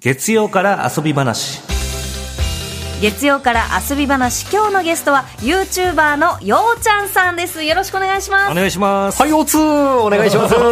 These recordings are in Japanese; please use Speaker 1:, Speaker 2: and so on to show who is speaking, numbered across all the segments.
Speaker 1: 月曜から遊び話
Speaker 2: 月曜から遊び話今日のゲストは YouTuber のようちゃんさんですよろしくお願いします
Speaker 1: お願いします
Speaker 3: はい、おつお願いします。お願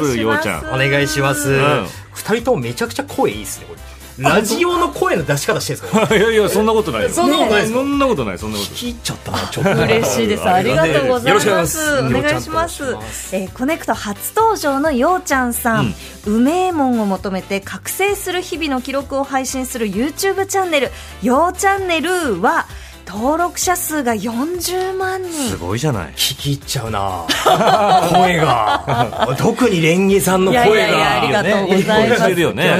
Speaker 1: ますようちゃん
Speaker 3: お願いします
Speaker 1: ん。
Speaker 3: 二人ともめちゃくちゃ声いいですね、これ。ラジオの声の出し方してるんですか
Speaker 1: いやいやそんなことないよ
Speaker 3: そんなことないですか
Speaker 1: そんなことないそんなことない
Speaker 3: 聞いちゃったな、ちょっと。
Speaker 2: 嬉しいです。ありがとうござい
Speaker 3: よ
Speaker 2: ま
Speaker 3: ろし
Speaker 2: す。お
Speaker 3: くお
Speaker 2: 願
Speaker 3: 願
Speaker 2: い
Speaker 3: い
Speaker 2: し
Speaker 3: し
Speaker 2: ま
Speaker 3: ますす。
Speaker 2: えーコネクト初登場のようちゃんさん、うめえもんを求めて覚醒する日々の記録を配信する YouTube チャンネル、ようチャンネルは、登録者数が40万
Speaker 1: す
Speaker 2: 人。
Speaker 1: ごいじゃない
Speaker 3: 聞き入っちゃうな声が。特にレンゲさんの声が。
Speaker 2: いやいやいやありがとうございます
Speaker 1: 聞こえてるよね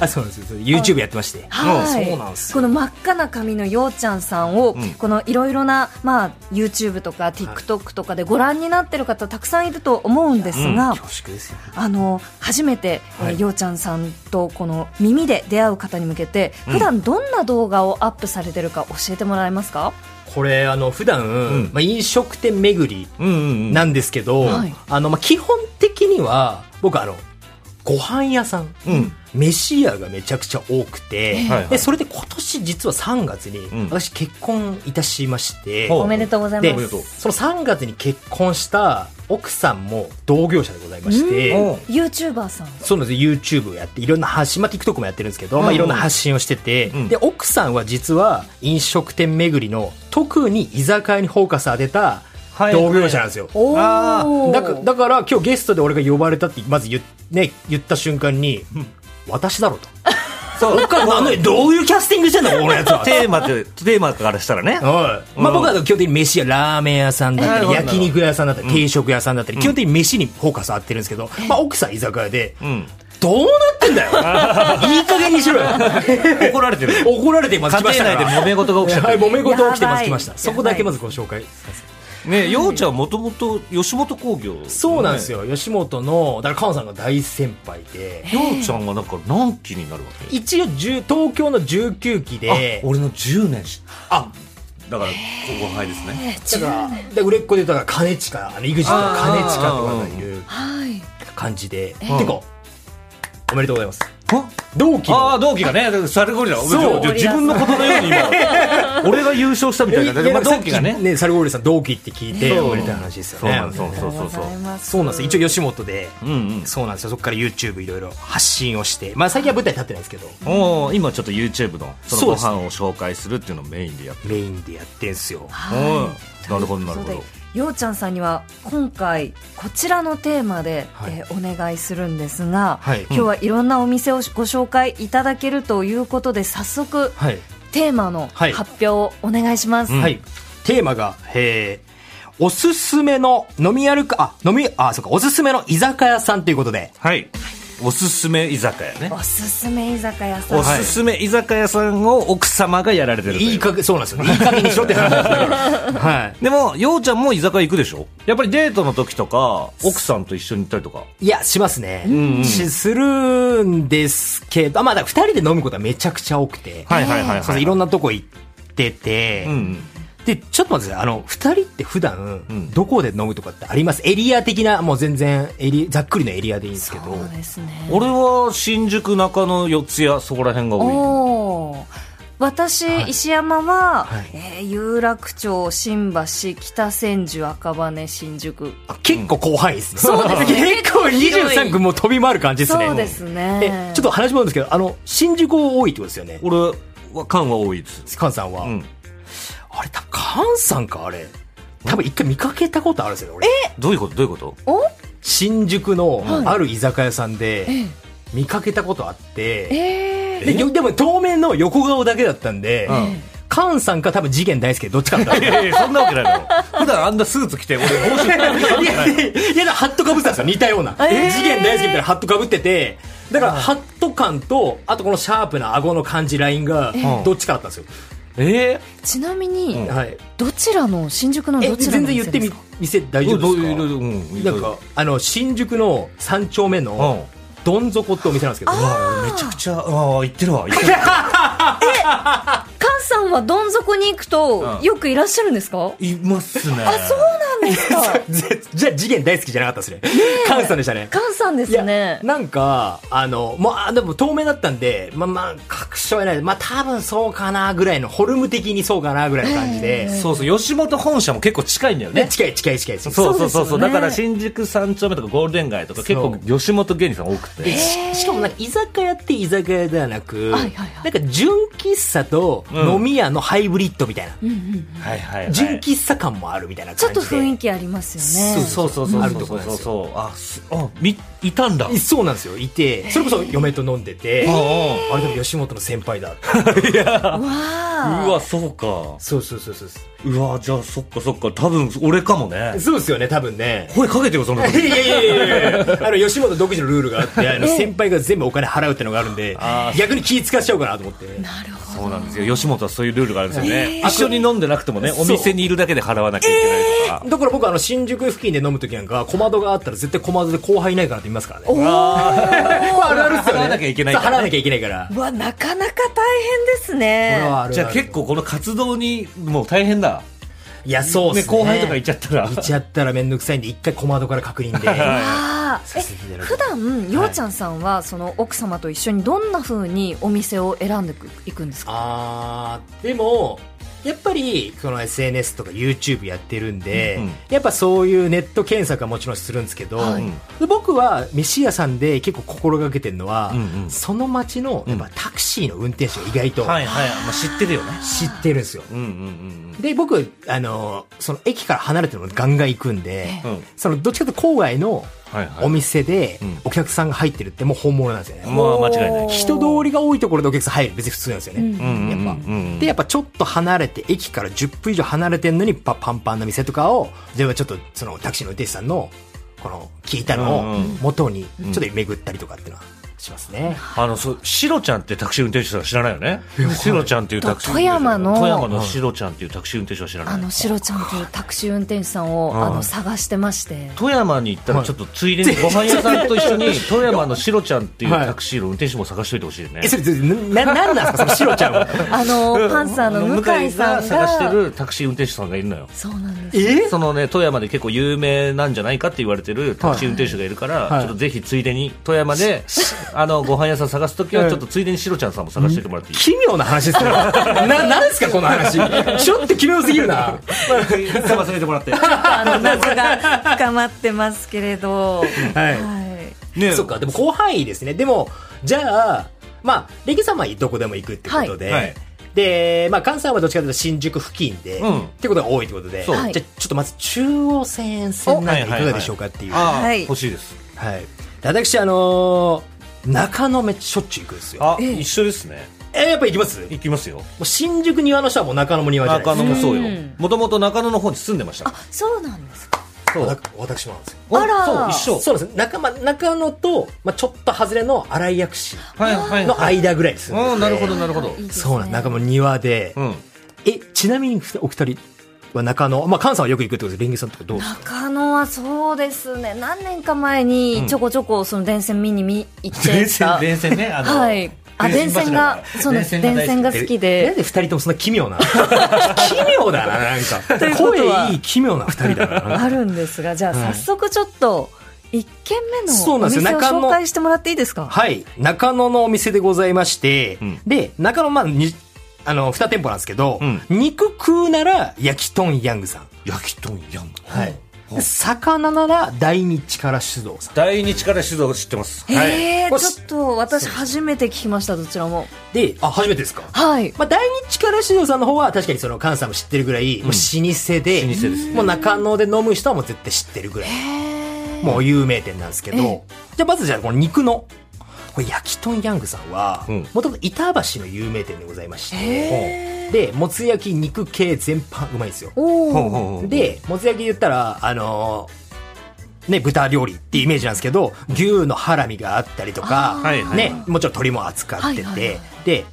Speaker 3: あそうなんですよ YouTube やってまして。
Speaker 2: はい、
Speaker 3: そうなんですよ
Speaker 2: この真っ赤な髪のようちゃんさんを、
Speaker 1: ん
Speaker 2: このいろいろな、まあ、YouTube とか TikTok とかでご覧になってる方たくさんいると思うんですが、
Speaker 3: 恐縮ですよ。
Speaker 2: あの初めて、えー
Speaker 3: はい
Speaker 2: ようちゃんさんとこの耳で出会う方に向けて普段どんな動画をアップされてるか教えてもらえますか、
Speaker 3: これ、あの、普
Speaker 1: ん
Speaker 3: 段、まあ飲食店巡り
Speaker 1: うんうんうん
Speaker 3: なんですけど、
Speaker 2: はい
Speaker 3: あの、まあ、基本的には、僕あの、ご飯屋さん、
Speaker 1: うん
Speaker 3: 飯屋がめちゃくちゃ多くて、
Speaker 1: はいはい
Speaker 3: で、それで今年実は3月に、
Speaker 1: うん
Speaker 3: 私結婚いたしまして、
Speaker 1: ほう
Speaker 2: おめでとうござい
Speaker 3: で
Speaker 2: ま
Speaker 1: めですとう
Speaker 3: その3月に結婚した奥さんも同業者でございまして、
Speaker 1: うんおう
Speaker 2: YouTuber さん
Speaker 3: そうなんです YouTube をやっていろんな発信、まあ、TikTok もやってるんですけど、
Speaker 1: うんう
Speaker 3: まあ、
Speaker 1: ん
Speaker 3: いろんな発信をしてて、
Speaker 1: うん
Speaker 3: で奥さんは実は飲食店巡りの特に居酒屋にフォーカス当てた
Speaker 1: はい
Speaker 3: 同業者なんですよ、
Speaker 2: お
Speaker 1: あ
Speaker 2: ー
Speaker 3: だかだから今日ゲストで俺が呼ばれたってまず言,、ね、言った瞬間に、私だろと。
Speaker 1: そう
Speaker 3: 僕は何 どういうキャスティング してんだこのやつは。
Speaker 1: テーマってテーマからしたらね
Speaker 3: はいまあ、僕は基本的に飯やラーメン屋さんだったり
Speaker 1: なるほど
Speaker 3: 焼肉屋さんだったり定食屋さんだったり基本的に飯にフォーカス合ってるんですけど、まあ、奥さん居酒屋で
Speaker 1: うん
Speaker 3: どうなって んだよいい加減にしろよ
Speaker 1: 怒られてる
Speaker 3: 怒られてます
Speaker 1: 家
Speaker 3: 来ました
Speaker 1: 庭内
Speaker 3: か
Speaker 1: で
Speaker 3: ら
Speaker 1: 揉め事が起きちゃっ
Speaker 3: はい、
Speaker 1: て
Speaker 3: 揉め事起きて
Speaker 2: や
Speaker 3: ま
Speaker 2: ば
Speaker 3: す
Speaker 2: い
Speaker 3: 来ましたそこだけまずご紹介
Speaker 1: るねようちゃんはもともと吉本興業
Speaker 3: そうなんですよ吉本のだからカンさんが大先輩で
Speaker 1: ようちゃんがなんか何期になるわけ
Speaker 3: 一応10東京の19期で
Speaker 1: 俺の10年し
Speaker 3: あ
Speaker 1: だから後輩ですね
Speaker 3: だからで売れっ子で言ったら兼近あの EXIT の兼近とかがいる
Speaker 2: はい
Speaker 3: 感じでて
Speaker 1: ん
Speaker 3: かおめでとうございます
Speaker 1: あ
Speaker 3: 同期
Speaker 1: あ
Speaker 3: の
Speaker 1: あ同期がねサルゴリラ
Speaker 3: そう
Speaker 1: じゃあ自分のことのように今 俺が優勝したみたいなまあ同期がね
Speaker 3: ねサルゴリラさん同期って聞いて
Speaker 1: そう
Speaker 3: おめでたい話ですよ
Speaker 1: そう
Speaker 3: ね
Speaker 1: なんですそうそうそうそう
Speaker 2: ありがとございます
Speaker 3: そうなんです一応吉本で、
Speaker 1: うんうん
Speaker 3: そうなんですよそこから YouTube いろいろ発信をしてまあ最近は舞台立ってないんですけど
Speaker 1: おー今ちょっと YouTube のそ
Speaker 3: そう
Speaker 1: のご
Speaker 3: です
Speaker 1: 飯を紹介するっていうのをメインでやってる
Speaker 3: メインでやってんすよ
Speaker 1: はいなるほどなるほ
Speaker 2: と
Speaker 1: ど
Speaker 2: いうことでようちゃんさんには今回こちらのテーマで、
Speaker 3: はい
Speaker 2: えーお願いするんですが、
Speaker 3: はい
Speaker 2: 今日はいろんなお店をご紹介いただけるということで早速
Speaker 3: はい、
Speaker 2: テーマの
Speaker 3: は
Speaker 2: 発表
Speaker 3: い
Speaker 2: をお願いします、
Speaker 3: はいテーマがえーおすすめの飲み歩くあ飲みあそうかおすすめの居酒屋さんということで
Speaker 1: はいおすすめ居酒屋ね
Speaker 2: おすすめ居酒屋さん
Speaker 1: おすすめ居酒屋さんを奥様がやられてるという
Speaker 3: いいかげそうなんですよいい加減にしろって話ですだ からはい
Speaker 1: でもようちゃんも居酒屋行くでしょやっぱりデートの時とか奥さんと一緒に行ったりとか
Speaker 3: いや、しますね。しするんですけど、あまあ、だから二人で飲むことはめちゃくちゃ多くて。
Speaker 1: はいはいはいはい
Speaker 3: そうそういろんなとこ行ってて。
Speaker 1: うんうん
Speaker 3: で、ちょっと待ってください。あの、二人って普段、
Speaker 1: ん
Speaker 3: どこで飲むとかってありますエリア的な、もう全然、エリ、ざっくりのエリアでいいんですけど。
Speaker 2: そうですね
Speaker 1: 俺は新宿中野四谷そこら辺が多い
Speaker 2: おー私、石山は、
Speaker 3: はい
Speaker 2: えー有楽町新橋北千住赤羽新宿
Speaker 3: あ結構広範囲ですね。
Speaker 2: そうですね
Speaker 3: 結構
Speaker 2: 結構広い
Speaker 3: 23区もう飛び回る感じですね。
Speaker 2: そうですね
Speaker 3: え、ちょっと話戻るんですけど、あの、新宿多いってことですよね。
Speaker 1: 俺は缶は多いです
Speaker 3: 菅さんは。
Speaker 1: うん
Speaker 3: あれ、多分菅さんか、あれ。多分一回見かけたことあるんですよね、俺。
Speaker 1: どういうことどういうこと
Speaker 2: お
Speaker 3: 新宿の
Speaker 2: はい
Speaker 3: ある居酒屋さんで見かけたことあって、
Speaker 2: えー、
Speaker 3: でよでも当面の横顔だけだったんで、
Speaker 1: うん
Speaker 3: カンさんか多分次元大好きでどっちかだったん
Speaker 1: い
Speaker 3: ですよ
Speaker 1: やいやそんなわけないだろ 普段あんなスーツ着て俺帽子
Speaker 3: いやいやいやいやハットかぶってたんですよ似たような、
Speaker 2: えー
Speaker 3: 次元大好きみたいなハットかぶっててだからハット感とあとこのシャープな顎の感じラインが
Speaker 1: ー
Speaker 3: どっちかだったんですよ、
Speaker 1: え
Speaker 2: ちなみに、
Speaker 3: はい
Speaker 2: どちらの新宿の
Speaker 3: え
Speaker 2: どちら
Speaker 3: 全
Speaker 2: の
Speaker 3: 然
Speaker 2: 店で
Speaker 3: 言ってみ
Speaker 2: すか
Speaker 3: 店大
Speaker 1: え
Speaker 3: 丈夫
Speaker 1: どうい
Speaker 3: ですか
Speaker 1: ううん
Speaker 3: なんかあの新宿の3丁目のどん底ってお店なんですけど、
Speaker 1: めちゃくちゃああ行ってるわ行ってるわ
Speaker 2: 菅さんはどん底に行くと、
Speaker 1: うん
Speaker 2: よくいらっしゃるんですか
Speaker 1: いますね
Speaker 2: あそうなんです か
Speaker 3: ぜじゃあ次元大好きじゃなかったですね。カンさんでしたね。
Speaker 2: 菅さんですね
Speaker 3: いやなんか、あの、まあ、でも透明だったんで、まあまあ、確証はない。まあ多分そうかなぐらいの、ホルム的にそうかなぐらいの感じで。
Speaker 1: そうそう、吉本本社も結構近いんだよ
Speaker 3: ね、
Speaker 1: ね。
Speaker 3: 近い近い近いです。
Speaker 1: そうそうそうそうう、
Speaker 2: そですよね
Speaker 1: だから新宿三丁目とかゴールデン街とか結構吉本芸人さん多く
Speaker 3: で
Speaker 1: て。
Speaker 3: ししかもなんか居酒屋って居酒屋ではなく、
Speaker 2: はいはいはい
Speaker 3: なんか純喫茶と飲み屋のハイブリッドみたいな、
Speaker 1: はいはい、はい。
Speaker 3: 純喫茶感もあるみたいな感
Speaker 2: ち
Speaker 3: じ
Speaker 2: ょっ
Speaker 3: で
Speaker 2: と雰囲気ありますよね
Speaker 1: そうそうそうそう。
Speaker 3: あるところなん
Speaker 1: そ
Speaker 3: で
Speaker 1: う
Speaker 3: すよ
Speaker 1: そう。あ、すあ、み、いたんだ。うん
Speaker 3: そうなんですよいてそれこそ嫁と飲んでて、
Speaker 1: うん
Speaker 3: あれでも吉本の先輩だ
Speaker 2: わあ
Speaker 1: うわ、そうか。
Speaker 3: そうそうそうそう
Speaker 1: うわ、じゃあそっかそっか。多分俺かもね。
Speaker 3: そうですよね多分ね
Speaker 1: 声かけてよ、その
Speaker 3: い
Speaker 1: 時。
Speaker 3: やいやいやいやいやあの吉本独自のルールがあってあの先輩が全部お金払うってのがあるんで逆に気使しちゃおうかなと思って
Speaker 2: なるほど
Speaker 1: そうなんですよ。吉本はそういうルールがあるんですよね。
Speaker 2: え
Speaker 1: 一緒に飲んでなくてもね、
Speaker 3: そう
Speaker 1: お店にいるだけで払わなきゃいけないとか。
Speaker 3: だから僕あの新宿付近で飲む時なんか小窓があったら絶対小窓で後輩いないかなって言いますからね
Speaker 2: おー
Speaker 3: これあるあるっすよね。
Speaker 1: 払わなきゃいけないからね
Speaker 3: そう払わなきゃいけないから。
Speaker 2: うわなかなか大変です
Speaker 3: こ
Speaker 2: ね
Speaker 3: れはあるある
Speaker 1: じゃあ結。構この活動にもう大変だ。
Speaker 3: いや、そうっす
Speaker 1: ね、
Speaker 3: ね。
Speaker 1: 後輩とか行っちゃったら。
Speaker 3: 行っちゃったらめんどくさいんで、一回小窓から 確認で。
Speaker 2: あー
Speaker 3: させていた
Speaker 2: え
Speaker 3: だく
Speaker 2: 普段ようちゃんさんはその奥様と一緒にどんな風にお店を選んでいくんですか
Speaker 3: あー、でも、やっぱり、その SNS とか YouTube やってるんで、
Speaker 1: うんうん
Speaker 3: やっぱそういうネット検索はもちろんするんですけど、
Speaker 2: はい
Speaker 3: で僕は飯屋さんで結構心がけてるのは、
Speaker 1: うんうん
Speaker 3: その街の、やっぱタクシーの運転手が意外と
Speaker 1: はいはい。まあ知ってるよね。
Speaker 3: 知ってるんですよ。
Speaker 1: うんうんうん
Speaker 3: で、僕、あの、その駅から離れてるのガンガン行くんで、
Speaker 1: うん。うん。
Speaker 3: そのどっちかというと郊外の
Speaker 1: はいはい。
Speaker 3: お店で
Speaker 1: うん
Speaker 3: お客さんが入ってるってもう本物なんですよね、
Speaker 1: まあ間違いない
Speaker 2: おー
Speaker 3: 人通りが多いところでお客さん入る別に普通なんですよね、
Speaker 2: うん
Speaker 1: うんうんうん
Speaker 3: やっぱ、
Speaker 1: うん
Speaker 3: でやっぱちょっと離れて駅から10分以上離れてんのにパパンパンな店とかを例えばちょっとそのタクシーの運転手さんのこの聞いたの
Speaker 1: う
Speaker 3: を
Speaker 1: んうん
Speaker 3: 元にちょっと巡ったりとかっていうのはしますね、
Speaker 1: あの、そう、シロちゃんってタクシー運転手さん知らないよね。シロちゃんっていうタクシー運転手さん
Speaker 2: 富山の
Speaker 1: 富山のシロちゃんっていうタクシー運転手は知らない。
Speaker 2: あのシロちゃんというタクシー運転手さんを
Speaker 1: はい
Speaker 2: あの探してまして
Speaker 1: 富山に行ったらちょっとついでにご飯屋さんと一緒に富山のシロちゃんっていう
Speaker 3: はい
Speaker 1: タクシーの運転手も探しといてほしいよね
Speaker 3: え。それなななんなんですかそのシロちゃんは
Speaker 2: あ のパンサーの向井さん
Speaker 1: 探して
Speaker 2: が
Speaker 1: るタクシー運転手さんがいるのよ。
Speaker 2: そうなんです
Speaker 3: え
Speaker 1: そのね、富山で結構有名なんじゃないかって言われてるタクシー運転手がいるから、
Speaker 3: はい
Speaker 1: ちょっとぜひついでに富山で、あの、ご飯屋さん探すとき
Speaker 3: は
Speaker 1: は、
Speaker 3: い
Speaker 1: ちょっとついでにシロちゃんさんも探しておいてもらっていい、
Speaker 3: 奇妙な話ですけどななんですかこの話ちょっと奇妙すぎるな
Speaker 1: 探してても らって。
Speaker 2: あの謎が深まってますけれど
Speaker 3: はい
Speaker 2: はい
Speaker 1: ね
Speaker 3: そっか、でも広範囲ですね。でも、じゃあ、まあ、レギ様はどこでも行くってことで、
Speaker 1: はいはい
Speaker 3: で、まあ、関西はどっちかというと新宿付近で、
Speaker 1: うん
Speaker 3: ってことが多いってことで、じ
Speaker 1: そう
Speaker 3: ゃ
Speaker 2: は
Speaker 3: あ
Speaker 2: い
Speaker 3: ちょっとまず中央線線なんでい
Speaker 1: お
Speaker 3: かがでしょうかっていう。はい
Speaker 1: ああ、
Speaker 2: はい
Speaker 1: 欲しいです。
Speaker 3: で私、あのー中野めっちゃしょっちゅう行くんですよ。
Speaker 1: あ、一緒ですね。
Speaker 3: えーやっぱ行きますも
Speaker 1: 行きますよ。
Speaker 3: う新宿庭の人はもう中野も庭じゃないで
Speaker 1: 中
Speaker 3: す
Speaker 1: 野
Speaker 3: か。
Speaker 1: もそうよ
Speaker 2: うん。
Speaker 1: もともと中野の方に住んでました。
Speaker 2: そうなんですか
Speaker 1: そう
Speaker 3: わた私もなんですよ。
Speaker 2: あら
Speaker 1: そう、一緒。
Speaker 3: そうなんです中,、ま、中野と、まあ、ちょっと外れの新井薬師
Speaker 1: はいはい
Speaker 3: の
Speaker 1: はい。
Speaker 3: 間ぐらいですんでて
Speaker 1: うん、なるほどなるほ
Speaker 2: あい
Speaker 1: ど
Speaker 2: い。ですね
Speaker 3: そうなん中野庭で、
Speaker 1: うん。
Speaker 3: え、ちなみにお二人は中野、まあ、菅さんはよく行くってことですレンゲさんとかどうですか
Speaker 2: 中野はそうですね何年か前にちょこちょこその電線見に見行って
Speaker 1: 電
Speaker 2: た
Speaker 1: 線、電線ね。あの
Speaker 2: はいあ電線がそうなんです電線が好き
Speaker 3: えなん
Speaker 2: で
Speaker 3: で二人ともそんな奇妙な 奇妙だな、なん
Speaker 2: という
Speaker 3: か。
Speaker 2: ことは
Speaker 3: 声いい奇妙な二人だな。
Speaker 2: あるんですがじゃあ
Speaker 3: はい
Speaker 2: 早速ちょっと一軒目
Speaker 3: そう
Speaker 2: の
Speaker 3: な
Speaker 2: お
Speaker 3: んです
Speaker 2: 店
Speaker 3: よ
Speaker 2: を
Speaker 3: 中野
Speaker 2: 紹介してもらっていいですか
Speaker 3: はい、中野のお店でございまして、
Speaker 1: うん
Speaker 3: で、中野、まあ、に、あの、二店舗なんですけど、
Speaker 1: うん
Speaker 3: 肉食うなら焼きとんヤングさん。
Speaker 1: 焼き豚やん。
Speaker 3: はい。で魚なら大日から酒造さん。
Speaker 1: 大日から酒造知ってます。はい。
Speaker 2: えー
Speaker 3: はい
Speaker 2: ちょっと私初めて聞きましたどちらも
Speaker 3: で、あ、初めてですか
Speaker 2: はい
Speaker 3: まあ、大日から酒造さんの方は確かにその菅さんも知ってるぐらい、もう老舗で
Speaker 1: 老舗です
Speaker 3: もう中野で飲む人はもう絶対知ってるぐらい、もう有名店なんですけ
Speaker 2: ええ
Speaker 3: どじゃあまずじゃあこの肉のこれ焼き豚ヤングさんは
Speaker 1: うん
Speaker 3: もともと板橋の有名店でございまし
Speaker 2: へ
Speaker 3: て、でもつ焼き肉系全般うまいですよ
Speaker 2: お
Speaker 1: ほう
Speaker 2: お
Speaker 1: ほうほう、
Speaker 3: でもつ焼き言ったらあのーね、豚料理っていうイメージなんですけど牛のハラミがあったりとか、
Speaker 1: はいはい
Speaker 3: ね、もちろん鶏も扱ってて、
Speaker 2: はいはいはい
Speaker 3: で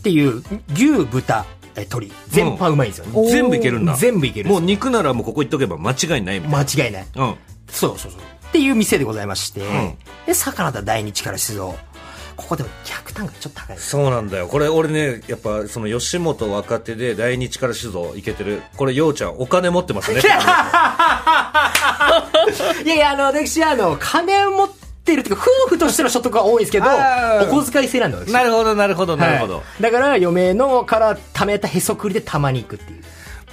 Speaker 3: っていう牛豚え鶏全般うまいんですよね、
Speaker 2: おー
Speaker 1: 全部いけるんだ。
Speaker 3: 全部いけるん
Speaker 1: も
Speaker 3: で
Speaker 1: う
Speaker 3: す
Speaker 1: 肉ならもうここ行っとけば間違いないみたい
Speaker 3: 間違いない
Speaker 1: な。うん。
Speaker 3: そうそうそうっていう店でございまして、
Speaker 1: ん
Speaker 3: で魚だ大日から出動ここでも客単価ちょっと高いです
Speaker 1: そうなんだよ。これ俺ね、やっぱその吉本若手で大日から酒造いけてる。これ、ようちゃんお金持ってますね。
Speaker 3: やいや、あの、私は、あの、金を持ってるっていうか、夫婦としての所得は多いんですけど、
Speaker 1: あー
Speaker 3: お小遣い制なんだ、私。
Speaker 1: なるほど、なるほど、なるほど。
Speaker 3: はいだから、嫁のから貯めたへそくりでたまに行くっていう。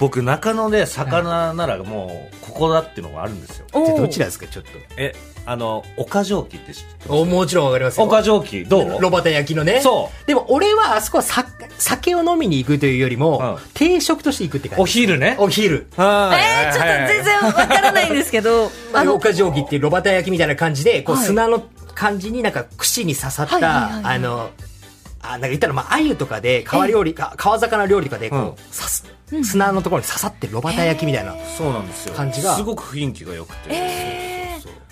Speaker 1: 僕、中野で魚ならもう、ここだっていうのがあるんですよ。
Speaker 2: お
Speaker 3: で
Speaker 2: ー
Speaker 3: どちらですか、ちょっ
Speaker 1: え、あの、岡蒸気って知って
Speaker 3: と。おもちろんわかりますよ。
Speaker 1: 岡蒸気、どう
Speaker 3: ロバタ焼きのね。。
Speaker 1: そう
Speaker 3: でも俺はあそこはさ酒を飲みに行くというよりも、
Speaker 1: うん
Speaker 3: 定食として行くって感じ。
Speaker 1: お昼ね
Speaker 3: お昼。
Speaker 1: は
Speaker 2: えー、ちょっと全然わからないんですけ ど、
Speaker 3: あの、岡定規っていうロバタ焼きみたいな感じで、こう
Speaker 2: はい
Speaker 3: 砂の感じになんか串に刺さっ
Speaker 2: はいはいはい
Speaker 3: た、
Speaker 2: はい
Speaker 3: あの、あ、なんか言ったら、まあ、鮎とかで、川料理、か川魚料理とかで、こう、
Speaker 1: うん
Speaker 3: 刺す、砂のところに刺さってるロバタ焼きみたいな。
Speaker 1: そうなんですよ
Speaker 3: 感じが
Speaker 1: すごく雰囲気が良くて、
Speaker 2: えー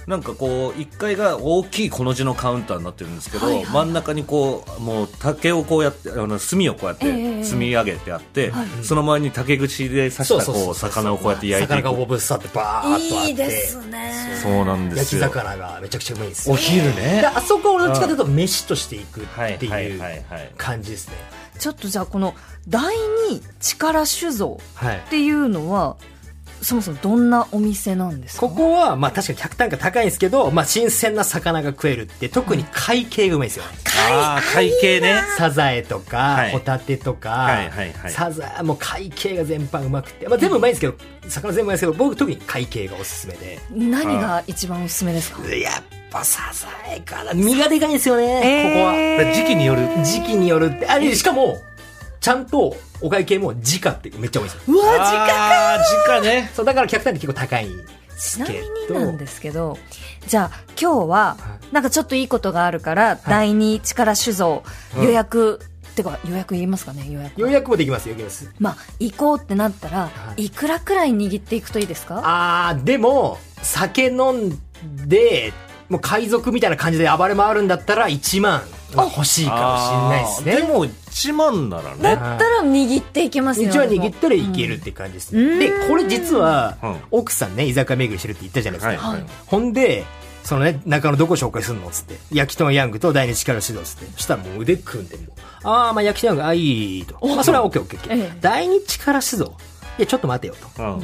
Speaker 1: なんかこう1階が大きいこの字のカウンターになってるんですけど、
Speaker 2: はいはい
Speaker 1: 真ん中にこうもう竹をこうやってあの炭をこうやっ
Speaker 2: ええ
Speaker 1: て積み上げてあって、
Speaker 2: はい
Speaker 1: その前に竹口で刺したこう魚をこうやって焼いてい
Speaker 3: 魚
Speaker 1: く
Speaker 3: がボブスってバーっとあって。
Speaker 2: いいですね。
Speaker 1: そうなんで
Speaker 3: 焼
Speaker 1: す
Speaker 3: き
Speaker 1: よ
Speaker 3: 魚がめちゃくちゃうまいんですよ
Speaker 1: お昼
Speaker 3: で
Speaker 1: ね
Speaker 3: あそこはどっちかというと飯としていく
Speaker 1: はい
Speaker 3: って
Speaker 1: はいいうはいはい
Speaker 3: 感じですね
Speaker 2: ちょっとじゃあこの第二力酒造
Speaker 3: はい
Speaker 2: っていうのはそもそもどんなお店なんですか
Speaker 3: ここはまあ確かに客単価高いんですけど、まあ、新鮮な魚が食えるって特に貝系がうまいですよ、
Speaker 1: ああ会計ね
Speaker 3: サザエとか、
Speaker 1: はい
Speaker 3: ホタテとか、
Speaker 1: はいはいはい
Speaker 3: サザエもう貝系が全般うまくて、まあ、全部うまいんですけど、魚全部うまいんですけど僕特に貝系がおすすめで
Speaker 2: 何が一番おすすめですか
Speaker 3: やっぱサザエかな身がでかいんですよね、ここは
Speaker 2: えー
Speaker 1: 時期による
Speaker 3: 時期によるってあれしかもちゃんとお会計も時価ってめっちゃ多いんです
Speaker 2: う
Speaker 3: よ
Speaker 2: わ時間
Speaker 1: ああ時間ね
Speaker 3: そうだから客単価結構高いんです
Speaker 2: ちなみ
Speaker 3: け
Speaker 2: に
Speaker 3: ど
Speaker 2: なんですけどじゃあ今日はなんかちょっといいことがあるから、第二力酒造予約、ってか予約言いますかね予約
Speaker 3: 予約もできますよ予約です
Speaker 2: まあ行こうってなったら、
Speaker 3: はい
Speaker 2: い、くらくらい握っていくといいですか
Speaker 3: あーでも酒飲んでもう海賊みたいな感じで暴れ回るんだったら1万欲しいかもしれない
Speaker 1: あー
Speaker 3: ですね
Speaker 1: も1万なら
Speaker 2: だ
Speaker 1: ね
Speaker 2: ったら握っていけますよ
Speaker 3: 一応握っ
Speaker 2: でも
Speaker 3: たらいけるって感じです、
Speaker 2: うん
Speaker 3: でこれ実は
Speaker 1: うん
Speaker 3: 奥さんね居酒屋巡りしてるって言ったじゃないですか、
Speaker 1: はい
Speaker 2: はい
Speaker 3: ほんでそのね中野どこ紹介するのっつって焼き豚ヤングと第二力指導っつってそしたらもう腕組んでもうああまあ焼き豚ヤングああいいとまあ、それは OKOKOK、
Speaker 2: ええ
Speaker 3: 第二力指導いやちょっと待てよと
Speaker 1: うん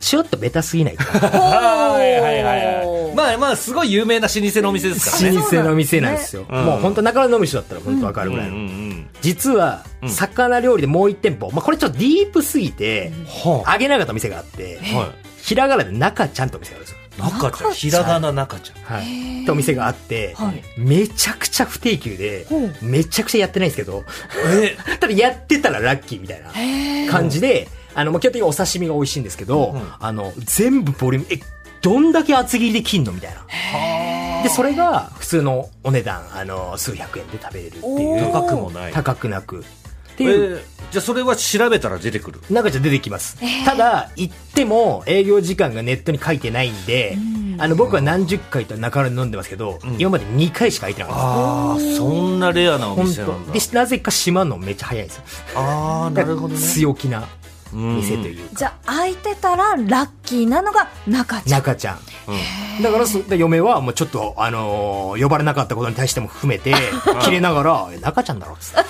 Speaker 3: ちょっとベタすぎないか
Speaker 1: はいはいはいはい。まあまあ、すごい有名な老舗のお店ですからね。
Speaker 3: 老舗の店なんですよ、
Speaker 1: うん
Speaker 3: もう本当中野のみ人だったら本当わか
Speaker 1: う
Speaker 3: る
Speaker 1: ん
Speaker 3: ぐ
Speaker 1: うん
Speaker 3: らいの、
Speaker 1: うん。
Speaker 3: 実は
Speaker 1: うん
Speaker 3: 魚料理でもう一店舗、まあ、これちょっとディープすぎて、
Speaker 1: は
Speaker 3: あげなかった店があって、
Speaker 1: あ。は
Speaker 3: ひらがなで中ちゃんとお店があるんですよ
Speaker 1: い。中ちゃん、ひらがな中ちゃん。
Speaker 3: はい、ってお店があって、
Speaker 2: はい
Speaker 3: めちゃくちゃ不定休で
Speaker 2: ほう
Speaker 3: めちゃくちゃやってないんですけど
Speaker 1: え
Speaker 3: ただやってたらラッキーみたいな感じで、あのまあ基本的にお刺身が美味しいんですけど、
Speaker 1: うん
Speaker 3: あの全部ボリュームえどんだけ厚切りで切んのみたいなでそれが普通のお値段あの数百円で食べれるって
Speaker 2: お
Speaker 3: いう
Speaker 2: ー
Speaker 1: 高くもない。
Speaker 3: 高くなくって
Speaker 1: え
Speaker 3: いう、
Speaker 1: ーじゃあそれは調べたら出てくる。
Speaker 3: 中じゃ出てきます、ただ行っても営業時間がネットに書いてないんで、あの僕は何十回と中野で飲んでますけど、今まで2回しか開いてなかったです
Speaker 1: ああ、そんなレアなお
Speaker 3: 本
Speaker 1: 店なんだ
Speaker 3: 当で。なぜか島のめっちゃ早いんですよ
Speaker 1: ああ、なるほどね。
Speaker 3: 強気な 店
Speaker 1: う
Speaker 3: というん
Speaker 2: じゃあ空いてたらラッキーなのが中ちゃん
Speaker 3: 中ちゃん、だからそで嫁はもうちょっと、あのー呼ばれなかったことに対しても含め て切れながら「中ちゃんだろ」っつって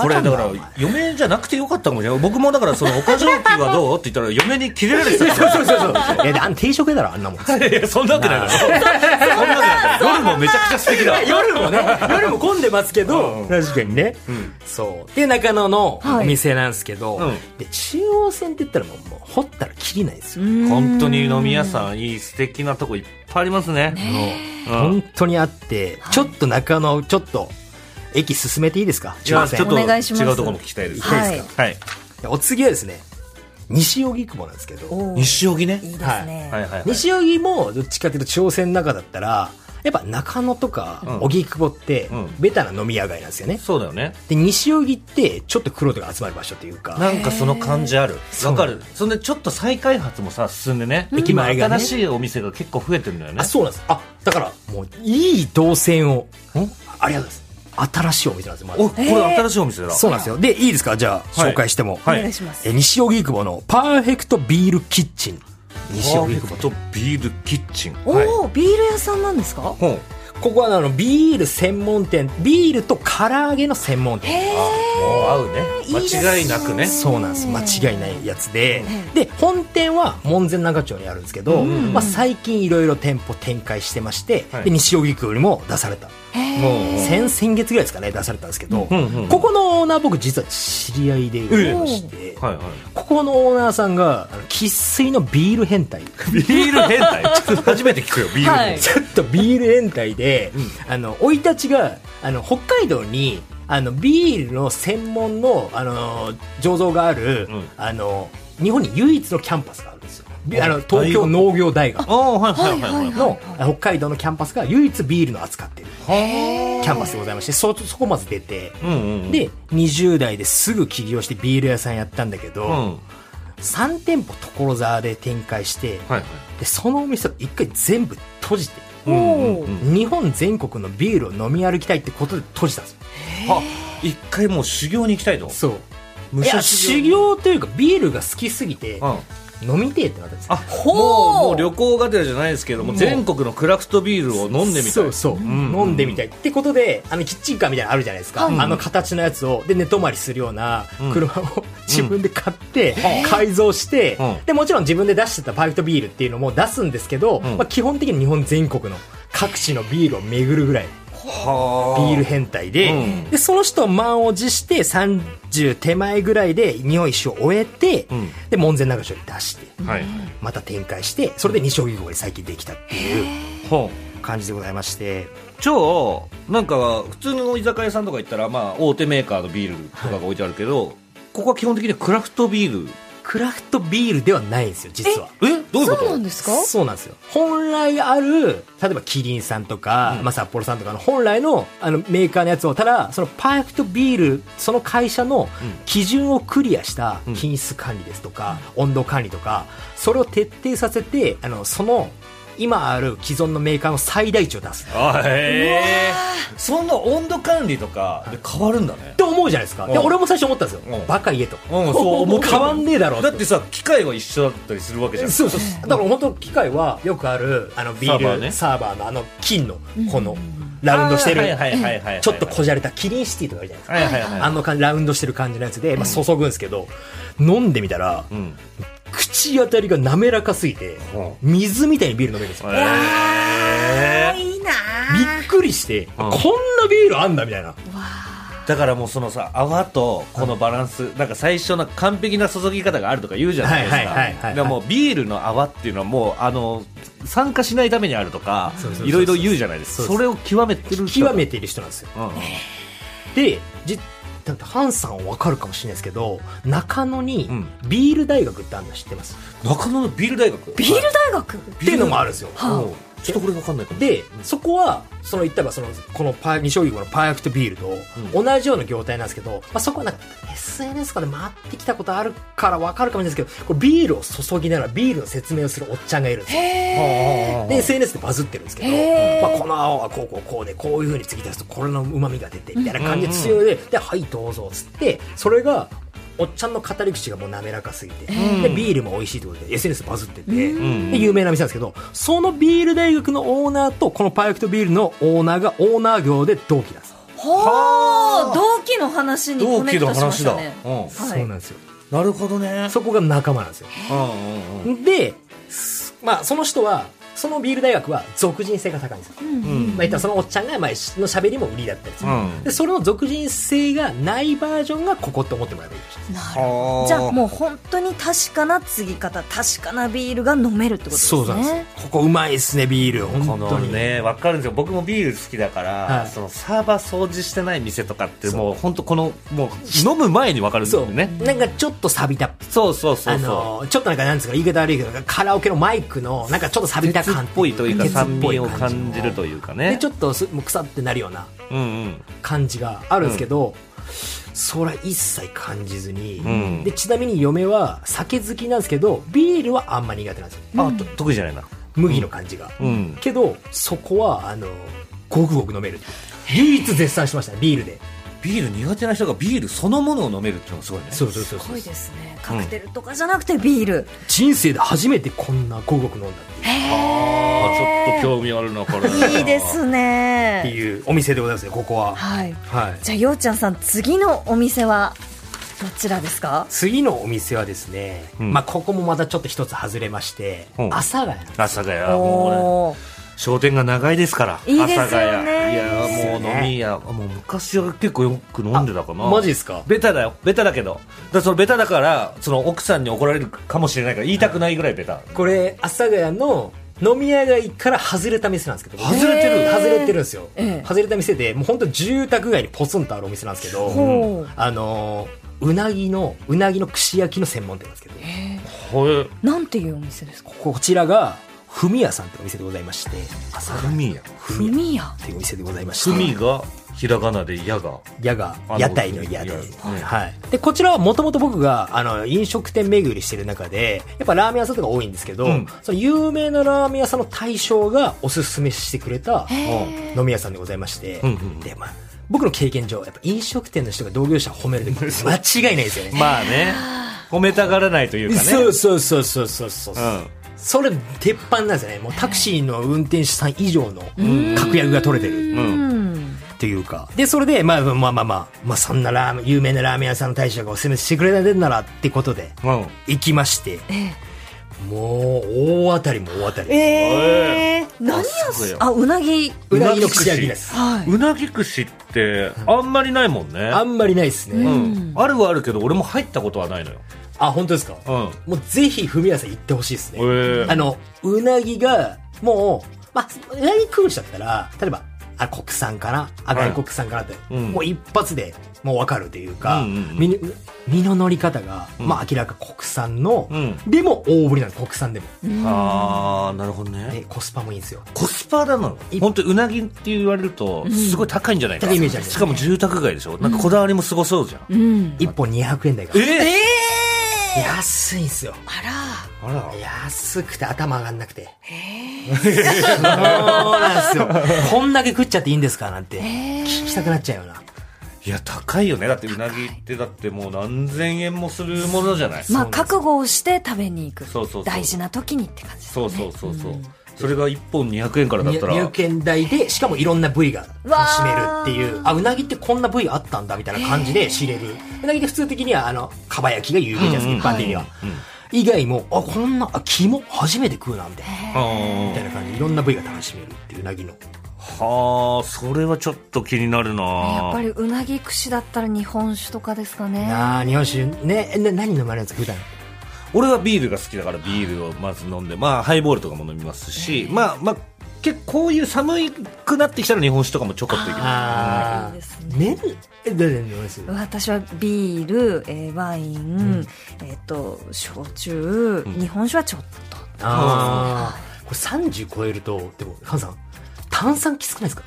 Speaker 1: これだから、嫁じゃなくてよかったかもしれない。僕もだから、その、おかじょうきはどうって言ったら、嫁に切れられて た。
Speaker 3: そうそうそういやであん定食やだろあんなもん
Speaker 1: いや、そんなわけないだろ。 そんなわけないだろ。夜もめちゃくちゃ素敵だ。
Speaker 3: 夜もね夜も混んでますけど確かにね、そうで中野の
Speaker 2: はい
Speaker 3: お店なんですけど、
Speaker 1: うん
Speaker 3: で中央線って言ったらもうもう掘ったら切りないんですよ、
Speaker 1: 本当に飲み屋さん、いい素敵なとこいっぱいありますね。うん
Speaker 3: 本当にあって、ちょっと中野ちょっと駅進めていいですか
Speaker 1: じゃあ
Speaker 3: 中央線
Speaker 1: ちょっと
Speaker 2: お願いします
Speaker 1: 違うところも聞きたいです。
Speaker 2: はい
Speaker 1: いいですかはい。
Speaker 3: お次はですね西荻窪なんですけど
Speaker 2: おー
Speaker 1: 西荻ね。
Speaker 2: いいですね、
Speaker 1: はいはいはい。
Speaker 3: 西荻もどっちかというと朝鮮の中だったらやっぱ中野と
Speaker 1: う
Speaker 3: か
Speaker 1: ん
Speaker 3: 荻窪って
Speaker 1: うん
Speaker 3: ベタな飲み屋街なんですよね、
Speaker 1: そうだよね。
Speaker 3: で西荻ってちょっと黒人が集まる場所というか
Speaker 1: なんかその感じある。
Speaker 3: う
Speaker 1: わかる。そんでちょっと再開発もさ、進んでね。
Speaker 3: 駅前がね
Speaker 1: 新しいお店が結構増えてるんだよね
Speaker 3: あ。そうなんですあだからもういい動線を
Speaker 1: ん
Speaker 3: ありがとうございます新しいお店なんですよま
Speaker 1: お、
Speaker 3: だ
Speaker 1: これ新しいお店だ。
Speaker 3: そうなんですよでいいですかじゃあ
Speaker 1: はい
Speaker 3: 紹介しても、
Speaker 1: はい
Speaker 2: お願いします
Speaker 3: え西荻窪のパーフェクトビールキッチン西
Speaker 1: パー
Speaker 3: 荻
Speaker 1: フェ
Speaker 3: 窪
Speaker 1: クトビールキッチン。
Speaker 2: お
Speaker 1: はい。
Speaker 2: おー、ビール屋さんなんですか
Speaker 1: ほう
Speaker 3: ここはあのビール専門店ビールと唐揚げの専門店
Speaker 1: もう合うね間違いなくね
Speaker 3: そうなんです間違いないやつで、で本店は門前仲町にあるんですけど、まあ、最近いろいろ店舗展開してまして、
Speaker 1: はい
Speaker 3: で西荻窪にも出された
Speaker 1: もう
Speaker 3: 先先月ぐらいですかね出されたんですけど、
Speaker 1: うんうん
Speaker 3: ここのオーナー僕実は知り合いでございまして、
Speaker 1: はいは
Speaker 3: ここのオーナーさんが生粋のビール変態
Speaker 1: いビール変態ちょっと初めて聞くよビール
Speaker 2: は
Speaker 1: 変
Speaker 2: い
Speaker 1: 態
Speaker 3: ちょっとビール変態であの生い立ちがあの北海道にあのビールの専門のあの醸造がある、
Speaker 1: うん
Speaker 3: あの日本に唯一のキャンパスがあるんですよびあの
Speaker 1: あ
Speaker 3: 東京農業大学
Speaker 1: ああはいはいはいはい
Speaker 3: の北海道のキャンパスが唯一ビールの扱ってる
Speaker 1: は
Speaker 3: キャンパスでございましてそそこまず出て、
Speaker 1: あうんうんうん
Speaker 3: で20代ですぐ起業してビール屋さんやったんだけど、
Speaker 1: うんはい
Speaker 3: 3店舗所沢で展開して、
Speaker 1: はい
Speaker 3: でそのお店を1回全部閉じて、
Speaker 1: うんうんうん
Speaker 3: 日本全国のビールを飲み歩きたいってことで閉じたんですよ
Speaker 1: あ一回もう修行に行きたいと
Speaker 3: そう
Speaker 1: 武
Speaker 3: いや
Speaker 1: 者
Speaker 3: 修行というかビールが好きすぎて
Speaker 1: うん
Speaker 3: 飲みてえってなったんですよ
Speaker 1: あ
Speaker 2: ほう
Speaker 1: もうもう旅行がてらじゃないですけども全国のクラフトビールを飲んでみたい
Speaker 3: そうそう、
Speaker 1: ん
Speaker 3: 飲んでみたいってことであのキッチンカーみたいなのあるじゃないですか、
Speaker 2: はい
Speaker 3: あの形のやつをで寝泊まりするような
Speaker 1: うん
Speaker 3: 車を自分で買って、
Speaker 1: はあ
Speaker 3: 改造して、
Speaker 1: うん
Speaker 3: でもちろん自分で出してたパイプビールっていうのも出すんですけど、
Speaker 1: ん
Speaker 3: まあ、基本的に日本全国の各地のビールを巡るぐらい
Speaker 1: はあ
Speaker 3: ビール変態で,、
Speaker 1: うん
Speaker 3: でその人を満を持して30手前ぐらいで日本一周を終えて、
Speaker 1: うん
Speaker 3: で門前仲町に出して
Speaker 1: はいはい
Speaker 3: また展開してそれで二将棋号に最近できたっていう
Speaker 1: ほう
Speaker 3: 感じでございまして
Speaker 1: じゃあなんか普通の居酒屋さんとか行ったら、まあ、大手メーカーのビールとかが置いてあるけど、ここは基本的にはクラフトビール
Speaker 3: クラフトビールではないんですよ実は。
Speaker 1: えどういうこ
Speaker 2: そ
Speaker 1: と
Speaker 2: うなんですか
Speaker 3: そうなんですよ本来ある例えばキリンさんとか、まあ、札幌さんとかの本来のあのメーカーのやつをただそのパーフェクトビールその会社の基準をクリアした
Speaker 1: うん
Speaker 3: 品質管理ですとか、温度管理とかそれを徹底させてあのその今ある既存のメーカーの最大値を出す
Speaker 1: あへえそんな温度管理とかで変わるんだね
Speaker 3: って思うじゃないですか、で
Speaker 1: うん
Speaker 3: 俺も最初思ったんですよ、
Speaker 1: うん
Speaker 3: バカ言えと、
Speaker 1: うんそう思
Speaker 3: も
Speaker 1: っ
Speaker 3: う
Speaker 1: た
Speaker 3: 変わんねえだろ
Speaker 1: だってさ機械は一緒だったりするわけじゃん
Speaker 3: そうそうだから本当機械はよくあるあのビール
Speaker 1: サ
Speaker 3: サ
Speaker 1: ーバ
Speaker 3: ー,、
Speaker 1: ーね
Speaker 3: バーのあの金のこのラウンドしてる
Speaker 1: あーはいはいはいはいはい
Speaker 3: ちょっとこじゃれたキリンシティとかあるじゃないですか、
Speaker 1: はいはいはい
Speaker 3: あの感じラウンドしてる感じのやつで、まあ、注ぐんですけど、飲んでみたら
Speaker 1: うん
Speaker 3: 口当たりが滑らかすぎて水みたいにビール飲めるんですよ、
Speaker 1: へえ
Speaker 2: いいな
Speaker 3: びっくりして、こんなビールあんだみたいな
Speaker 1: だからもうそのさ泡とこのバランス、なんか最初の完璧な注ぎ方があるとか言うじゃないですか、
Speaker 3: はいはいはいはいはい
Speaker 1: でもうビールの泡っていうのはもうあの酸化しないためにあるとか
Speaker 3: そうそうそうそう
Speaker 1: いろいろ言うじゃないですか
Speaker 3: そう
Speaker 1: それを極めてる人
Speaker 3: 極めている人なんですよ
Speaker 1: うんうん
Speaker 3: でじだってハンさんわかるかもしれないですけど中野に
Speaker 1: うん
Speaker 3: ビール大学ってあるの知ってます、
Speaker 1: 中野のビール大学
Speaker 2: ビール大学
Speaker 3: っていうのもあるんですよ、
Speaker 1: うんちょっとこれ分かんないかも
Speaker 3: でそこはその言ったらそのこのパー二将棋のパーフェクトビールと同じような業態なんですけど、まあ、そこはなんか SNS とかで回ってきたことあるから分かるかもしれないですけどこれビールを注ぎながらビールの説明をするおっちゃんがいるんですよ
Speaker 2: へ
Speaker 3: で SNS でバズってるんですけど、
Speaker 2: へー
Speaker 3: まあ、この青はこうこうこうでこういうふうに継ぎ足すとこれの旨味が出てみたいな感じで強いで,、ではいどうぞっつってそれがおっちゃんの語り口がもう滑らかすぎて、
Speaker 1: うん
Speaker 3: でビールも美味しいってことで SNS バズってて、
Speaker 1: ん
Speaker 3: で有名な店なんですけどそのビール大学のオーナーとこのパーフェクトビールのオーナーがオーナー業で同期なんです、
Speaker 2: ほう同期の話にコ
Speaker 1: 同
Speaker 2: ネク
Speaker 1: 期の
Speaker 2: トしま
Speaker 1: 話
Speaker 2: した
Speaker 1: だ、
Speaker 2: ね
Speaker 1: うん
Speaker 2: はい
Speaker 3: そうなんですよ
Speaker 1: なるほどね
Speaker 3: そこが仲間なんですよ
Speaker 1: うんうんうん
Speaker 3: ですまあその人はそのビール大学は俗人性が高いんですよ、
Speaker 1: うん
Speaker 3: まあ、言ったらそのおっちゃんが前の喋りも売りだったりする、
Speaker 1: うん
Speaker 3: でそれの俗人性がないバージョンがここって思ってもらえばいいかもしれない
Speaker 2: なるほど
Speaker 1: は
Speaker 2: じゃあもう本当に確かな継ぎ方確かなビールが飲めるってことですね
Speaker 3: ここうまいですねビール
Speaker 1: こ
Speaker 3: 本
Speaker 1: の
Speaker 3: 当に
Speaker 1: ね分かるんですよ僕もビール好きだから、
Speaker 3: はい
Speaker 1: そのサーバー掃除してない店とかってもう本当このもう飲む前に分かるんです
Speaker 3: そ
Speaker 1: よ
Speaker 3: う
Speaker 1: ね
Speaker 3: なんかちょっと錆びた
Speaker 1: そうそうそうそう
Speaker 3: あのーちょっとなんかなんですか言い方悪いけどカラオケのマイクのなんかちょっと錆びた
Speaker 1: 鉄っ
Speaker 3: 感
Speaker 1: ぽいというか
Speaker 3: 鉄っ
Speaker 1: 酸
Speaker 3: ぽい
Speaker 1: 味を感じると
Speaker 3: いう
Speaker 1: いうか
Speaker 3: ね
Speaker 1: ね
Speaker 3: でちょっとすもう腐ってなるような
Speaker 1: うんうん
Speaker 3: 感じがあるんですけど、それは一切感じずに、
Speaker 1: ん
Speaker 3: でちなみに嫁は酒好きなんですけどビールはあんま苦手なんですよ
Speaker 1: あと得意じゃないな
Speaker 3: 麦の感じが、
Speaker 1: うん
Speaker 3: けどそこはあのごくごく飲める唯一絶賛しましたねビールで
Speaker 1: ビール苦手な人がビールそのものを飲めるっていうのがすごいね
Speaker 3: そうそうそう
Speaker 2: す
Speaker 3: そ
Speaker 2: ご
Speaker 3: う
Speaker 2: いですねカクテルとかじゃなくてビール、
Speaker 3: 人生で初めてこんな五穀飲んだ
Speaker 1: あちょっ
Speaker 2: へ
Speaker 1: と興味あるなこれ
Speaker 2: えいいです
Speaker 3: って
Speaker 2: ね
Speaker 3: いうお店でございますねここは
Speaker 2: はい
Speaker 3: はい
Speaker 2: じゃあようちゃんさん次のお店はどちらですか
Speaker 3: 次のお店はですね、
Speaker 1: うん
Speaker 3: まあここもまたちょっと一つ外れまして、
Speaker 1: うん
Speaker 3: 阿佐ヶ谷
Speaker 1: 阿佐ヶ谷もうね
Speaker 2: ー
Speaker 1: 商店が長いですから
Speaker 2: いいですよね
Speaker 1: 阿佐ヶ谷いや
Speaker 3: いいです
Speaker 1: も
Speaker 3: よ
Speaker 1: う飲
Speaker 3: ね
Speaker 1: み屋もう昔は結構よく飲んでたかな
Speaker 3: マジですか
Speaker 1: ベタだよベタだけどだからそのベタだからその奥さんに怒られるかもしれないから言いたくないぐらいベタ
Speaker 3: これ阿佐ヶ谷の飲み屋街から外れた店なんですけど
Speaker 1: 外れてる
Speaker 3: へー外れてるんですよ、
Speaker 2: ええ
Speaker 3: 外れた店でもう本当住宅街にポツンとあるお店なんですけど、
Speaker 2: ほう
Speaker 3: あのーうなぎのうなぎの串焼きの専門店なんですけど
Speaker 1: これ
Speaker 2: なんていうお店ですか
Speaker 3: こちらがふみやさんってお店でございまして阿佐ヶ
Speaker 1: ふ
Speaker 3: 谷
Speaker 1: みや
Speaker 3: ふみや
Speaker 2: 耳や
Speaker 3: っていうお店でございまして
Speaker 1: ふみがひらがなでやが
Speaker 3: 屋が
Speaker 1: あの
Speaker 3: 屋台の屋で、
Speaker 1: 屋ね
Speaker 3: はい、でこちらはもともと僕があの飲食店巡りしてる中でやっぱラーメン屋さんとか多いんですけど、
Speaker 1: うん
Speaker 3: その有名なラーメン屋さんの大将がおすすめしてくれた
Speaker 2: へー
Speaker 3: 飲み屋さんでございまして、
Speaker 1: うんうん
Speaker 3: でまあ、僕の経験上やっぱ飲食店の人が同業者を褒めるの間違いないですよね
Speaker 1: まあね褒めたがらないというかね
Speaker 3: そうそうそうそうそうそう、
Speaker 1: うん
Speaker 3: それ鉄板なんですよねもうタクシーの運転手さん以上の確約が取れてる
Speaker 2: う
Speaker 1: うん
Speaker 2: ん
Speaker 3: っていうか。で、それで、まあまあまあまあ、まあそんなラーメン、有名なラーメン屋さんの大将がおすすめしてくれてんならってことで、
Speaker 1: うん
Speaker 3: 行きまして、
Speaker 2: え
Speaker 3: もう、大当たりも大当た
Speaker 2: え
Speaker 3: り。
Speaker 2: えー、何を
Speaker 1: あそうよ
Speaker 2: あうなぎ
Speaker 3: うなぎの串焼きです。
Speaker 2: はいう
Speaker 1: なぎ串ってあんまりないもんね
Speaker 3: あんまりないですね。
Speaker 1: うん、あるはあるけど俺も入ったことはないのよ、
Speaker 3: あ、本当ですか、
Speaker 1: うん
Speaker 3: もうぜひ、ふみやさん行ってほしいですね。
Speaker 1: え
Speaker 3: あの、うなぎが、もう、まあ、うなぎ食う人だったら、例えば、あ、国産かなあ、
Speaker 1: はい
Speaker 3: 外国産かなって、
Speaker 1: うん
Speaker 3: もう一発で、もうわかるというか、
Speaker 1: うんうんうん
Speaker 3: 身に身の乗り方が、
Speaker 1: うん
Speaker 3: まあ明らか国産の、
Speaker 1: うん
Speaker 3: でも大ぶりなの、国産でも。
Speaker 2: うん
Speaker 1: ああなるほどね
Speaker 3: で、コスパもいいんですよ。
Speaker 1: コスパだな本当うなぎって言われるとすごい高いんじゃないか、
Speaker 3: 高いイメージある
Speaker 1: しかも住宅街でしょなんかこだわりもすごそうじゃん、
Speaker 2: うん
Speaker 3: 一本200円台が。
Speaker 1: ええ
Speaker 3: 安いんすよ。
Speaker 2: あら
Speaker 1: あら
Speaker 3: 安くて頭上がんなくて。
Speaker 2: へ
Speaker 3: そうなんですよ。こんだけ食っちゃっていいんですかなんて。
Speaker 2: え
Speaker 3: 聞きたくなっちゃうよな。
Speaker 1: いや高いよねだってうなぎってだってもう何千円もするものじゃない、
Speaker 2: まあ
Speaker 3: そうなんです
Speaker 2: 覚悟をして食べに行く
Speaker 1: そうそうそう
Speaker 2: 大事な時にって感じです
Speaker 1: そ
Speaker 2: ね
Speaker 1: うそうそうそう、それが1本200円からだったら
Speaker 3: 入券台で、しかもいろんな部位が楽しめるっていう
Speaker 2: わ。
Speaker 3: あ、うなぎってこんな部位あったんだみたいな感じで仕入れる。うなぎって普通的には、あの、かば焼きが有名じゃないですか、
Speaker 1: うんうん
Speaker 3: 一般的には。以外も、あ、こんな、あ、肝初めて食うな、みたいな。みたいな感じで、いろんな部位が楽しめるっていううなぎの。
Speaker 1: はあそれはちょっと気になるな
Speaker 2: やっぱりうなぎ串だったら日本酒とかですかね
Speaker 3: なあ、日本酒、ね、な何飲まれるんですか、普段。
Speaker 1: 俺はビールが好きだからビールをまず飲んで、まあ、ハイボールとかも飲みますし、まあまあ、結構こういう寒くなってきたら日本酒とかもちょこっといける
Speaker 3: あ
Speaker 2: いいですね
Speaker 3: ね。え、誰に飲まれる
Speaker 2: 私はビール、えーワイン、えっ、と焼酎、日本酒はちょっと
Speaker 3: ああ。これ30超えると、でも、ハンさん、炭酸きつくないですか、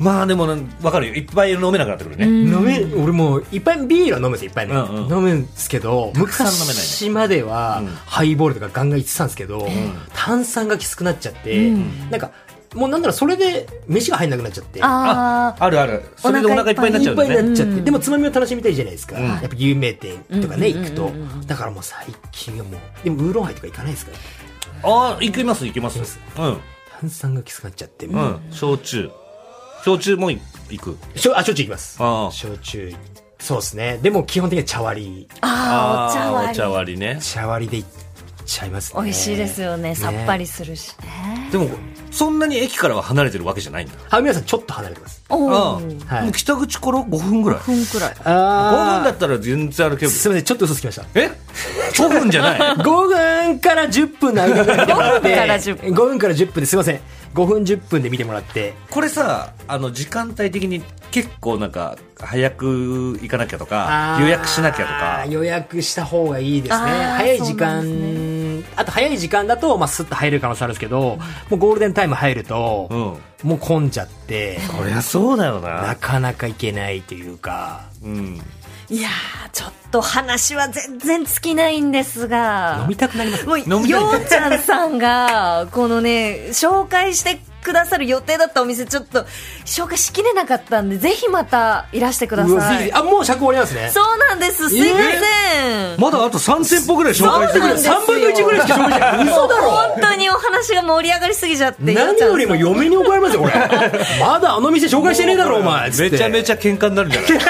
Speaker 1: まあでもねわかるよいっぱい飲めなくなってくるね、
Speaker 3: 飲め、俺もう、いっぱいビールは飲むんですよ、いっぱいね。
Speaker 1: うんうん
Speaker 3: 飲むんですけど、
Speaker 1: たくさん飲めないね
Speaker 3: 昔までは、
Speaker 1: うん
Speaker 3: ハイボールとかガンガンいってたんですけど、炭酸がきつくなっちゃって、なんか、もうなんならそれで飯が入んなくなっちゃって。
Speaker 2: あ
Speaker 1: あるあるそれでお腹いっぱいになっ
Speaker 3: い
Speaker 1: ちゃ
Speaker 3: っ
Speaker 1: うん
Speaker 3: ぱ
Speaker 1: だ
Speaker 3: いに
Speaker 1: ね
Speaker 3: なっちゃって、
Speaker 2: うん
Speaker 3: でもつまみを楽しみたいじゃないですか、
Speaker 1: うん
Speaker 3: やっぱ有名店とかね、
Speaker 2: うん
Speaker 3: 行くと、
Speaker 2: うんうんうんうん
Speaker 3: だからもう最近はもうでもウーロンハイとか行かないですから
Speaker 1: ああいけますいけます
Speaker 3: いけます
Speaker 1: うん
Speaker 3: 炭酸がきつくなっちゃって、
Speaker 1: うん、焼酎焼酎もいいく
Speaker 3: しょあ焼酎行きます
Speaker 1: あー
Speaker 3: 焼酎そうですねでも基本的には茶割り
Speaker 2: あああお
Speaker 1: ーお
Speaker 2: 茶
Speaker 1: 茶
Speaker 2: 割
Speaker 1: 割りね
Speaker 3: 茶割りでいっちゃいます
Speaker 2: り
Speaker 3: ね
Speaker 2: 美味しいですよねさっぱりするしね
Speaker 1: でもそんなに駅からは離れてるわけじゃないんだ
Speaker 3: あ皆さんちょっと離れてます
Speaker 2: お
Speaker 1: あ
Speaker 2: お5
Speaker 1: あ、もう北口から5分ぐらい5分
Speaker 2: 分くらい
Speaker 1: だ
Speaker 3: あ
Speaker 1: ったら全然歩ける
Speaker 3: すみませんちょっと嘘つきました
Speaker 1: え5分じゃない
Speaker 3: 5分から10分の間で見てもら
Speaker 2: 5
Speaker 3: っ
Speaker 2: 分
Speaker 3: て
Speaker 2: から10
Speaker 3: 5分から10分ですいません5分10分で見てもらって
Speaker 1: これさあの時間帯的に結構なんか早く行かなきゃと
Speaker 3: あ
Speaker 1: か
Speaker 3: ー
Speaker 1: 予約しなきゃとか
Speaker 3: 予約した方がいいですね
Speaker 2: あー
Speaker 3: 早い時
Speaker 2: そう
Speaker 3: 間、あと早い時間だと、まあ、スッと入れる可能性あるんですけど、もうゴールデンタイム入ると、
Speaker 1: うん
Speaker 3: もう混んじゃって
Speaker 1: こりゃそうだよ
Speaker 3: な
Speaker 1: な、
Speaker 3: かなか行けないというか
Speaker 1: うん、
Speaker 2: いやーちょっと話は全然尽きないんですが
Speaker 3: 飲みたくなります
Speaker 2: もう、よ
Speaker 1: みたいう
Speaker 2: ちゃんさんが、このね、紹介してくださる予定だったお店、ちょっと紹介しきれなかったんで、ぜひまたいらしてくだ
Speaker 3: うわぜ
Speaker 2: さ
Speaker 3: ひぜ
Speaker 2: い
Speaker 3: ひ。あ、もう尺終わりなんですね。
Speaker 2: そうなんです。すいません。
Speaker 1: まだあと3店舗ぐらい紹介して
Speaker 2: そ
Speaker 1: く
Speaker 2: う
Speaker 1: れ
Speaker 2: なん
Speaker 1: る
Speaker 2: ですよ
Speaker 3: 3分の1ぐらいしか消費者嘘だろ
Speaker 2: 本当にお話が盛り上がりすぎちゃって。
Speaker 3: 何よりも嫁に怒られま すよ、これ。まだあの店紹介してねえだろ、お前。
Speaker 1: めちゃめ
Speaker 3: ゃ。
Speaker 1: ちゃ喧嘩になるんじゃない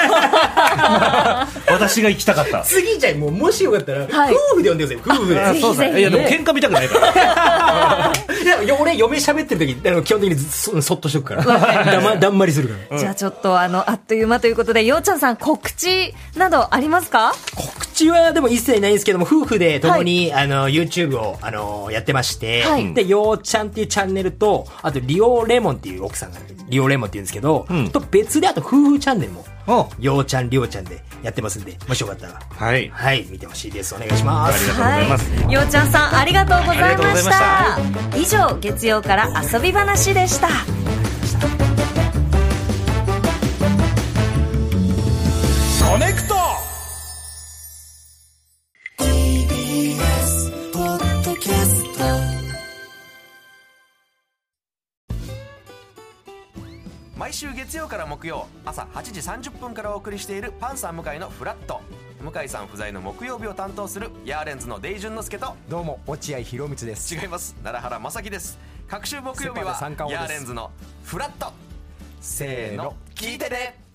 Speaker 1: 私が行きたかった
Speaker 3: 次じゃあもう、もしよかったら、
Speaker 2: はい
Speaker 3: 夫婦で呼んでください、夫婦で。
Speaker 1: あ
Speaker 2: ひ
Speaker 1: そうです
Speaker 2: ぜ
Speaker 1: ね
Speaker 2: ひ
Speaker 1: いやでも喧嘩見たくないから
Speaker 3: いやいや俺、嫁喋ってる時、あの基本的にずそそっとしとくから。だま、だんまりするから。
Speaker 2: じゃあちょっとあの、あっという間ということで、ようちゃんさん告知などありますか
Speaker 3: 告知はでも一切ないんですけども、夫婦で共に、あの、YouTube を、あの、やってまして、
Speaker 2: はい
Speaker 3: で、ようちゃんっていうチャンネルと、あと、リオレモンっていう奥さんが、リオレモンって言うんですけど、
Speaker 1: ん
Speaker 3: と別で、あと、夫婦チャンネルも、
Speaker 1: お
Speaker 3: ようちゃん、りょうちゃんでやってますんで、もしよかったら、
Speaker 1: はい
Speaker 3: はい、見てほしいです。お願いします。
Speaker 1: ありがとうございます
Speaker 2: はい。ようちゃんさん、ありがとうございました。
Speaker 1: あ
Speaker 2: 以上、月曜から遊び話でした。
Speaker 1: コネクト
Speaker 4: 毎週月曜から木曜朝8時30分からお送りしているパンサー向井のフラット向井さん不在の木曜日を担当するヤーレンズのデイジュンの之介と
Speaker 5: どうも落合博満です
Speaker 4: 違います奈良原正樹です各週木曜日は
Speaker 5: セパで三冠王
Speaker 4: ヤー
Speaker 5: です
Speaker 4: レンズのフラットせ
Speaker 5: せ
Speaker 4: ー
Speaker 5: ー
Speaker 4: の
Speaker 5: の
Speaker 4: 聞いてね